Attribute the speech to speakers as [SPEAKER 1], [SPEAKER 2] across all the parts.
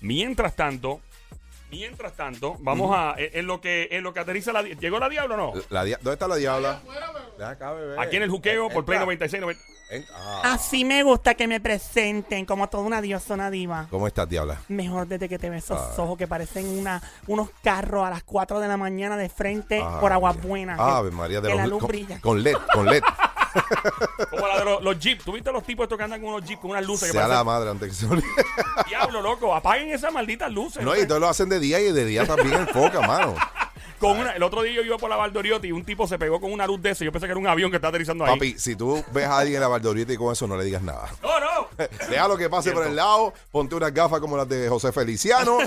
[SPEAKER 1] Mientras tanto, mientras tanto, vamos a. eh, En, en lo que, en lo que aterriza la. di- ¿Llegó la diablo o no?
[SPEAKER 2] La dia- ¿Dónde está la diabla? Deja acá, bebé.
[SPEAKER 1] Aquí en el juqueo por Play
[SPEAKER 2] Entra.
[SPEAKER 1] 96. 90.
[SPEAKER 2] En- ah.
[SPEAKER 3] Así me gusta que me presenten como toda una diosa, una diva.
[SPEAKER 2] ¿Cómo estás, diabla?
[SPEAKER 3] Mejor desde que te ves esos
[SPEAKER 2] Ay.
[SPEAKER 3] ojos que parecen una, unos carros a las 4 de la mañana de frente por
[SPEAKER 2] Ay,
[SPEAKER 3] agua
[SPEAKER 2] María.
[SPEAKER 3] buena.
[SPEAKER 2] Ah, Ave María de
[SPEAKER 3] que
[SPEAKER 2] los
[SPEAKER 3] la luz
[SPEAKER 2] con,
[SPEAKER 3] brilla.
[SPEAKER 2] con LED, con E LED.
[SPEAKER 1] Como la de los, los jeeps. ¿Tú viste los tipos estos que andan con unos jeeps con unas luces que
[SPEAKER 2] Sea la
[SPEAKER 1] parecen
[SPEAKER 2] madre antes que se olvide.
[SPEAKER 1] diablo, loco? Apaguen esas malditas luces.
[SPEAKER 2] No, y
[SPEAKER 1] sé.
[SPEAKER 2] entonces lo hacen de día y de día también enfoca, mano. Eh.
[SPEAKER 1] Con una- el otro día yo iba por la Valdoriotti y un tipo se pegó con una luz de ese. Yo pensé que era un avión que está aterrizando ahí.
[SPEAKER 2] Papi, si tú ves a alguien en la Valdorita y con eso no le digas nada.
[SPEAKER 1] No, no.
[SPEAKER 2] Deja lo que pase por el lado, ponte unas gafas como las de José Feliciano.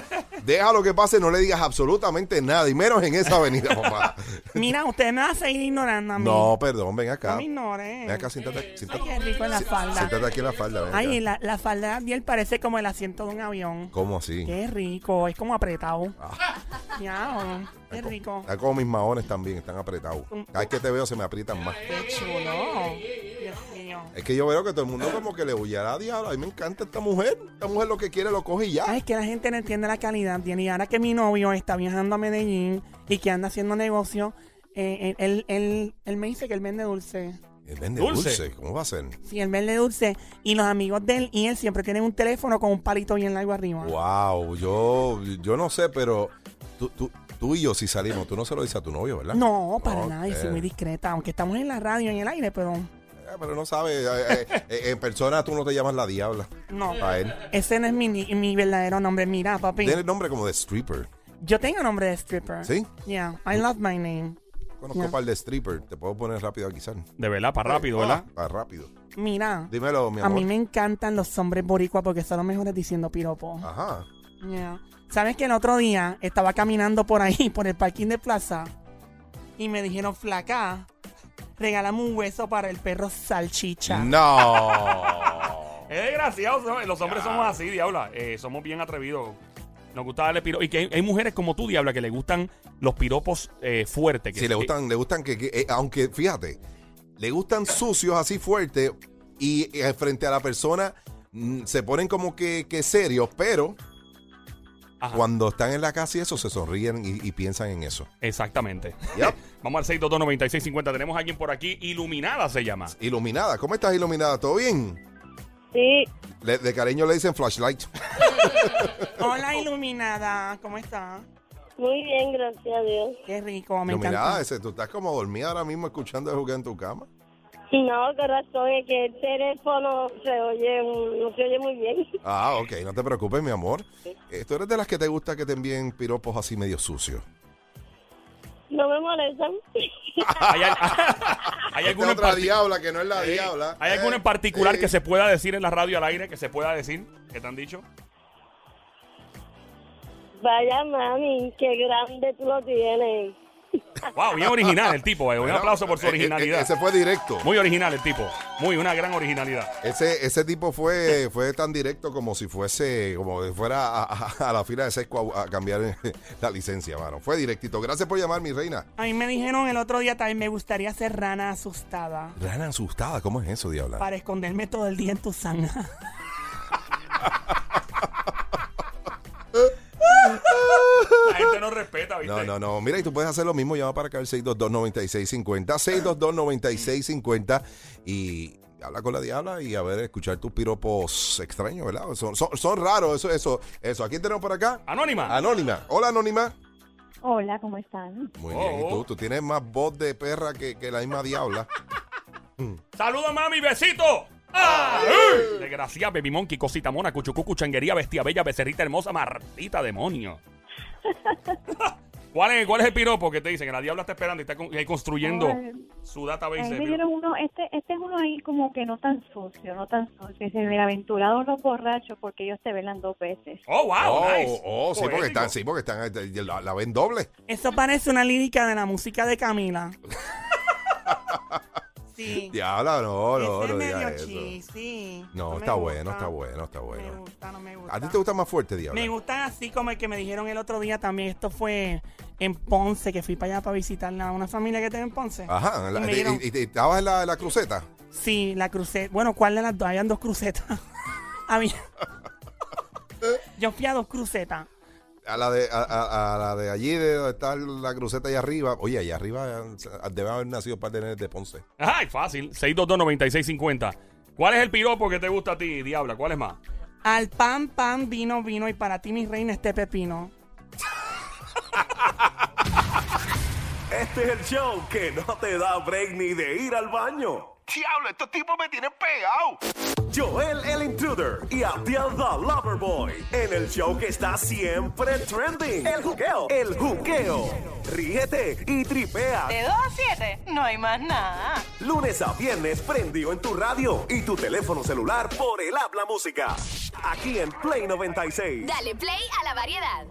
[SPEAKER 2] Deja lo que pase, no le digas absolutamente nada, y menos en esa avenida, papá.
[SPEAKER 3] Mira, ustedes me van a seguir ignorando a mí.
[SPEAKER 2] No, perdón, ven
[SPEAKER 3] No
[SPEAKER 2] acá.
[SPEAKER 3] me
[SPEAKER 2] Ven
[SPEAKER 3] ignoren.
[SPEAKER 2] acá, siéntate,
[SPEAKER 3] Ay,
[SPEAKER 2] siéntate,
[SPEAKER 3] qué rico en la falda.
[SPEAKER 2] siéntate aquí en la falda. ven
[SPEAKER 3] Ay,
[SPEAKER 2] acá.
[SPEAKER 3] la, la falda de Abdiel parece como el asiento de un avión.
[SPEAKER 2] ¿Cómo así?
[SPEAKER 3] Qué rico, es como apretado.
[SPEAKER 2] Ah.
[SPEAKER 3] Ya, qué
[SPEAKER 2] Está co-
[SPEAKER 3] rico. Mm.
[SPEAKER 2] Está como mis maones también, están apretados. Cada vez que te veo se me aprietan más.
[SPEAKER 3] Qué chulo. Dios mío.
[SPEAKER 2] Es que yo veo que todo el mundo como que le huye a la diabla. A mí me encanta esta mujer. Esta mujer lo que quiere lo coge y ya.
[SPEAKER 3] Ay, es que la gente no entiende la calidad, tiene. Y ahora que mi novio está viajando a Medellín y que anda haciendo negocio, eh, él, él, él, él me dice que él vende dulce.
[SPEAKER 2] Él vende
[SPEAKER 1] Dulce.
[SPEAKER 2] dulce. ¿Cómo va a ser?
[SPEAKER 3] Sí, él vende dulce. Y los amigos de él y él siempre tienen un teléfono con un palito bien largo arriba.
[SPEAKER 2] Wow, yo, yo no sé, pero tú, tú, tú y yo si salimos, tú no se lo dices a tu novio, ¿verdad?
[SPEAKER 3] No, para
[SPEAKER 2] Ok.
[SPEAKER 3] nada, y soy muy discreta, aunque estamos en la radio, en el aire, pero
[SPEAKER 2] Eh, pero no sabes, eh, eh, eh, en persona tú no te llamas la diabla.
[SPEAKER 3] no.
[SPEAKER 2] A él.
[SPEAKER 3] Ese no es mi, ni- mi verdadero nombre. Mira, papi,
[SPEAKER 2] Tiene el nombre como de stripper.
[SPEAKER 3] yo tengo nombre de stripper.
[SPEAKER 2] ¿Sí?
[SPEAKER 3] Yeah, I love my name.
[SPEAKER 2] Conozco
[SPEAKER 3] Ya.
[SPEAKER 2] un par de stripper. Te puedo poner rápido aquí, quizás.
[SPEAKER 1] De verdad, para rápido, ¿verdad?
[SPEAKER 2] Ah, rápido.
[SPEAKER 3] Mira,
[SPEAKER 2] Dímelo, mi
[SPEAKER 3] a
[SPEAKER 2] amor.
[SPEAKER 3] mí me encantan los hombres boricua porque son los mejores diciendo piropo.
[SPEAKER 2] Ajá.
[SPEAKER 3] Yeah. ¿Sabes que el otro día estaba caminando por ahí, por el parking de plaza, y me dijeron, flaca, regálame un hueso para el perro salchicha?
[SPEAKER 2] No.
[SPEAKER 1] Es desgraciado. ¿sabes? Los hombres somos así, diabla. Eh, somos bien atrevidos. Nos gusta darle piropos. Y que hay, hay mujeres como tú, diabla, que le gustan los piropos eh, fuertes. Que
[SPEAKER 2] Sí, le gustan, le gustan que, que- eh, aunque fíjate, le gustan sucios así fuerte y eh, frente a la persona mm, se ponen como que, que serios, pero
[SPEAKER 1] Ajá.
[SPEAKER 2] cuando están en la casa y eso se sonríen y, y piensan en eso.
[SPEAKER 1] Exactamente.
[SPEAKER 2] Yep.
[SPEAKER 1] Vamos al 622-9650. Tenemos a alguien por aquí. Iluminada se llama.
[SPEAKER 2] iluminada, ¿cómo estás iluminada? ¿Todo bien?
[SPEAKER 4] Sí,
[SPEAKER 2] Le- de cariño le dicen flashlight.
[SPEAKER 3] Hola, iluminada, ¿cómo está?
[SPEAKER 4] muy bien, gracias a Dios.
[SPEAKER 3] Qué rico, Ah, me
[SPEAKER 2] iluminada,
[SPEAKER 3] encanta.
[SPEAKER 2] ese, tú estás como dormida ahora mismo escuchando el juguete en tu cama.
[SPEAKER 4] No, qué razón, es que el teléfono se oye, no se oye muy bien.
[SPEAKER 2] Ah, ok, no te preocupes, mi amor. Eh, Tú eres de las que te gusta que te envíen piropos así medio sucios.
[SPEAKER 4] No me molestan.
[SPEAKER 1] ¿Hay, al- hay
[SPEAKER 2] Esta
[SPEAKER 1] alguno en
[SPEAKER 2] otra
[SPEAKER 1] parti-
[SPEAKER 2] diabla que no es la
[SPEAKER 1] eh,
[SPEAKER 2] diabla.
[SPEAKER 1] ¿Hay alguno en particular que se pueda decir en la radio al aire? Que se pueda decir. ¿Qué te han dicho?
[SPEAKER 4] Vaya mami, qué grande tú lo tienes.
[SPEAKER 1] Wow, bien original el tipo. eh. Un
[SPEAKER 2] Bueno,
[SPEAKER 1] aplauso por su
[SPEAKER 2] eh, eh, eh,
[SPEAKER 1] originalidad.
[SPEAKER 2] Ese fue directo.
[SPEAKER 1] Muy original el tipo. Muy, una gran originalidad.
[SPEAKER 2] Ese, ese tipo fue, fue tan directo como si fuese, como si fuera a, a- a la fila de Sesco a, a cambiar la licencia, mano. Fue directito. Gracias por llamar, mi reina.
[SPEAKER 3] A mí me dijeron el otro día también, me gustaría ser rana asustada
[SPEAKER 2] Rana asustada, ¿cómo es eso, diabla?
[SPEAKER 3] para esconderme todo el día en tu zanja.
[SPEAKER 1] La gente no respeta, ¿viste?
[SPEAKER 2] No, no, no. Mira, y tú puedes hacer lo mismo. Llama para acá al 622-9650. 622-9650. Y habla con la diabla y a ver, escuchar tus piropos extraños, ¿verdad? Son, son, son raros, eso, eso, eso. ¿A quién tenemos por acá?
[SPEAKER 1] Anónima.
[SPEAKER 2] Anónima. Hola, Anónima.
[SPEAKER 5] Hola, ¿cómo están?
[SPEAKER 2] Muy
[SPEAKER 1] Oh,
[SPEAKER 2] bien, ¿y
[SPEAKER 1] oh.
[SPEAKER 2] tú? Tú tienes más voz de perra que, que la misma diabla.
[SPEAKER 1] Saludos, mami, besito. ¡Ah! ¡Eh! Desgraciada, baby monkey, cosita mona, cuchucucu, changuería, bestia bella, becerrita hermosa, martita, demonio. ¿Cuál es, ¿Cuál es el piropo que te dicen? Que la diabla está esperando y está con- y construyendo
[SPEAKER 5] Ay.
[SPEAKER 1] su database.
[SPEAKER 5] Ahí
[SPEAKER 1] de
[SPEAKER 5] me
[SPEAKER 1] piropos.
[SPEAKER 5] dieron uno, este, este es uno ahí como que no tan sucio, no tan sucio. Dice, bienaventurados los borrachos porque ellos te velan dos veces.
[SPEAKER 1] Oh, wow,
[SPEAKER 2] oh,
[SPEAKER 1] nice.
[SPEAKER 2] oh, sí, porque
[SPEAKER 1] Poético.
[SPEAKER 2] están, sí, porque están, eh, la, la ven doble.
[SPEAKER 3] Eso parece una lírica de la música de Camila. Sí.
[SPEAKER 2] Diabla, no, no,
[SPEAKER 3] Ese
[SPEAKER 2] no
[SPEAKER 3] medio
[SPEAKER 2] digas
[SPEAKER 3] chi,
[SPEAKER 2] eso.
[SPEAKER 3] sí.
[SPEAKER 2] No,
[SPEAKER 3] me
[SPEAKER 2] está bueno,
[SPEAKER 3] gusta.
[SPEAKER 2] está bueno, está
[SPEAKER 3] Me
[SPEAKER 2] bueno.
[SPEAKER 3] gusta, no me gusta.
[SPEAKER 2] ¿A ti te gusta más fuerte,
[SPEAKER 3] Me
[SPEAKER 2] diabla?
[SPEAKER 3] gustan así como el que me dijeron el otro día también. Esto fue en Ponce, que fui para allá para visitar a una familia que tengo en Ponce.
[SPEAKER 2] Ajá,
[SPEAKER 3] Y
[SPEAKER 2] la-
[SPEAKER 3] me
[SPEAKER 2] y-
[SPEAKER 3] dieron-
[SPEAKER 2] y, y- estabas en la, la cruceta.
[SPEAKER 3] Sí, la cruceta. Bueno, ¿cuál de las dos? Habían dos crucetas. Había... Yo fui a dos crucetas.
[SPEAKER 2] A la de, a, a- a la de allí, de donde está la cruceta allá arriba. Oye, allá arriba eh, debe haber nacido para tener de Ponce.
[SPEAKER 1] Ay, fácil. 622-9650. ¿Cuál es el piropo que te gusta a ti, Diabla? ¿Cuál es más?
[SPEAKER 3] Al pan, pan, vino, vino. Y para ti, mi reina, este pepino.
[SPEAKER 6] Este es el show que no te da break ni de ir al baño.
[SPEAKER 7] Diablo, estos tipos me tienen pegado.
[SPEAKER 6] Joel el Intruder y Abdiel the Loverboy en el show que está siempre trending. El juqueo, el juqueo. Ríete y tripea.
[SPEAKER 8] De 2 a 7, no hay más nada.
[SPEAKER 6] Lunes a viernes prendido en tu radio y tu teléfono celular por el habla música. Aquí en Play 96.
[SPEAKER 9] Dale play a la variedad.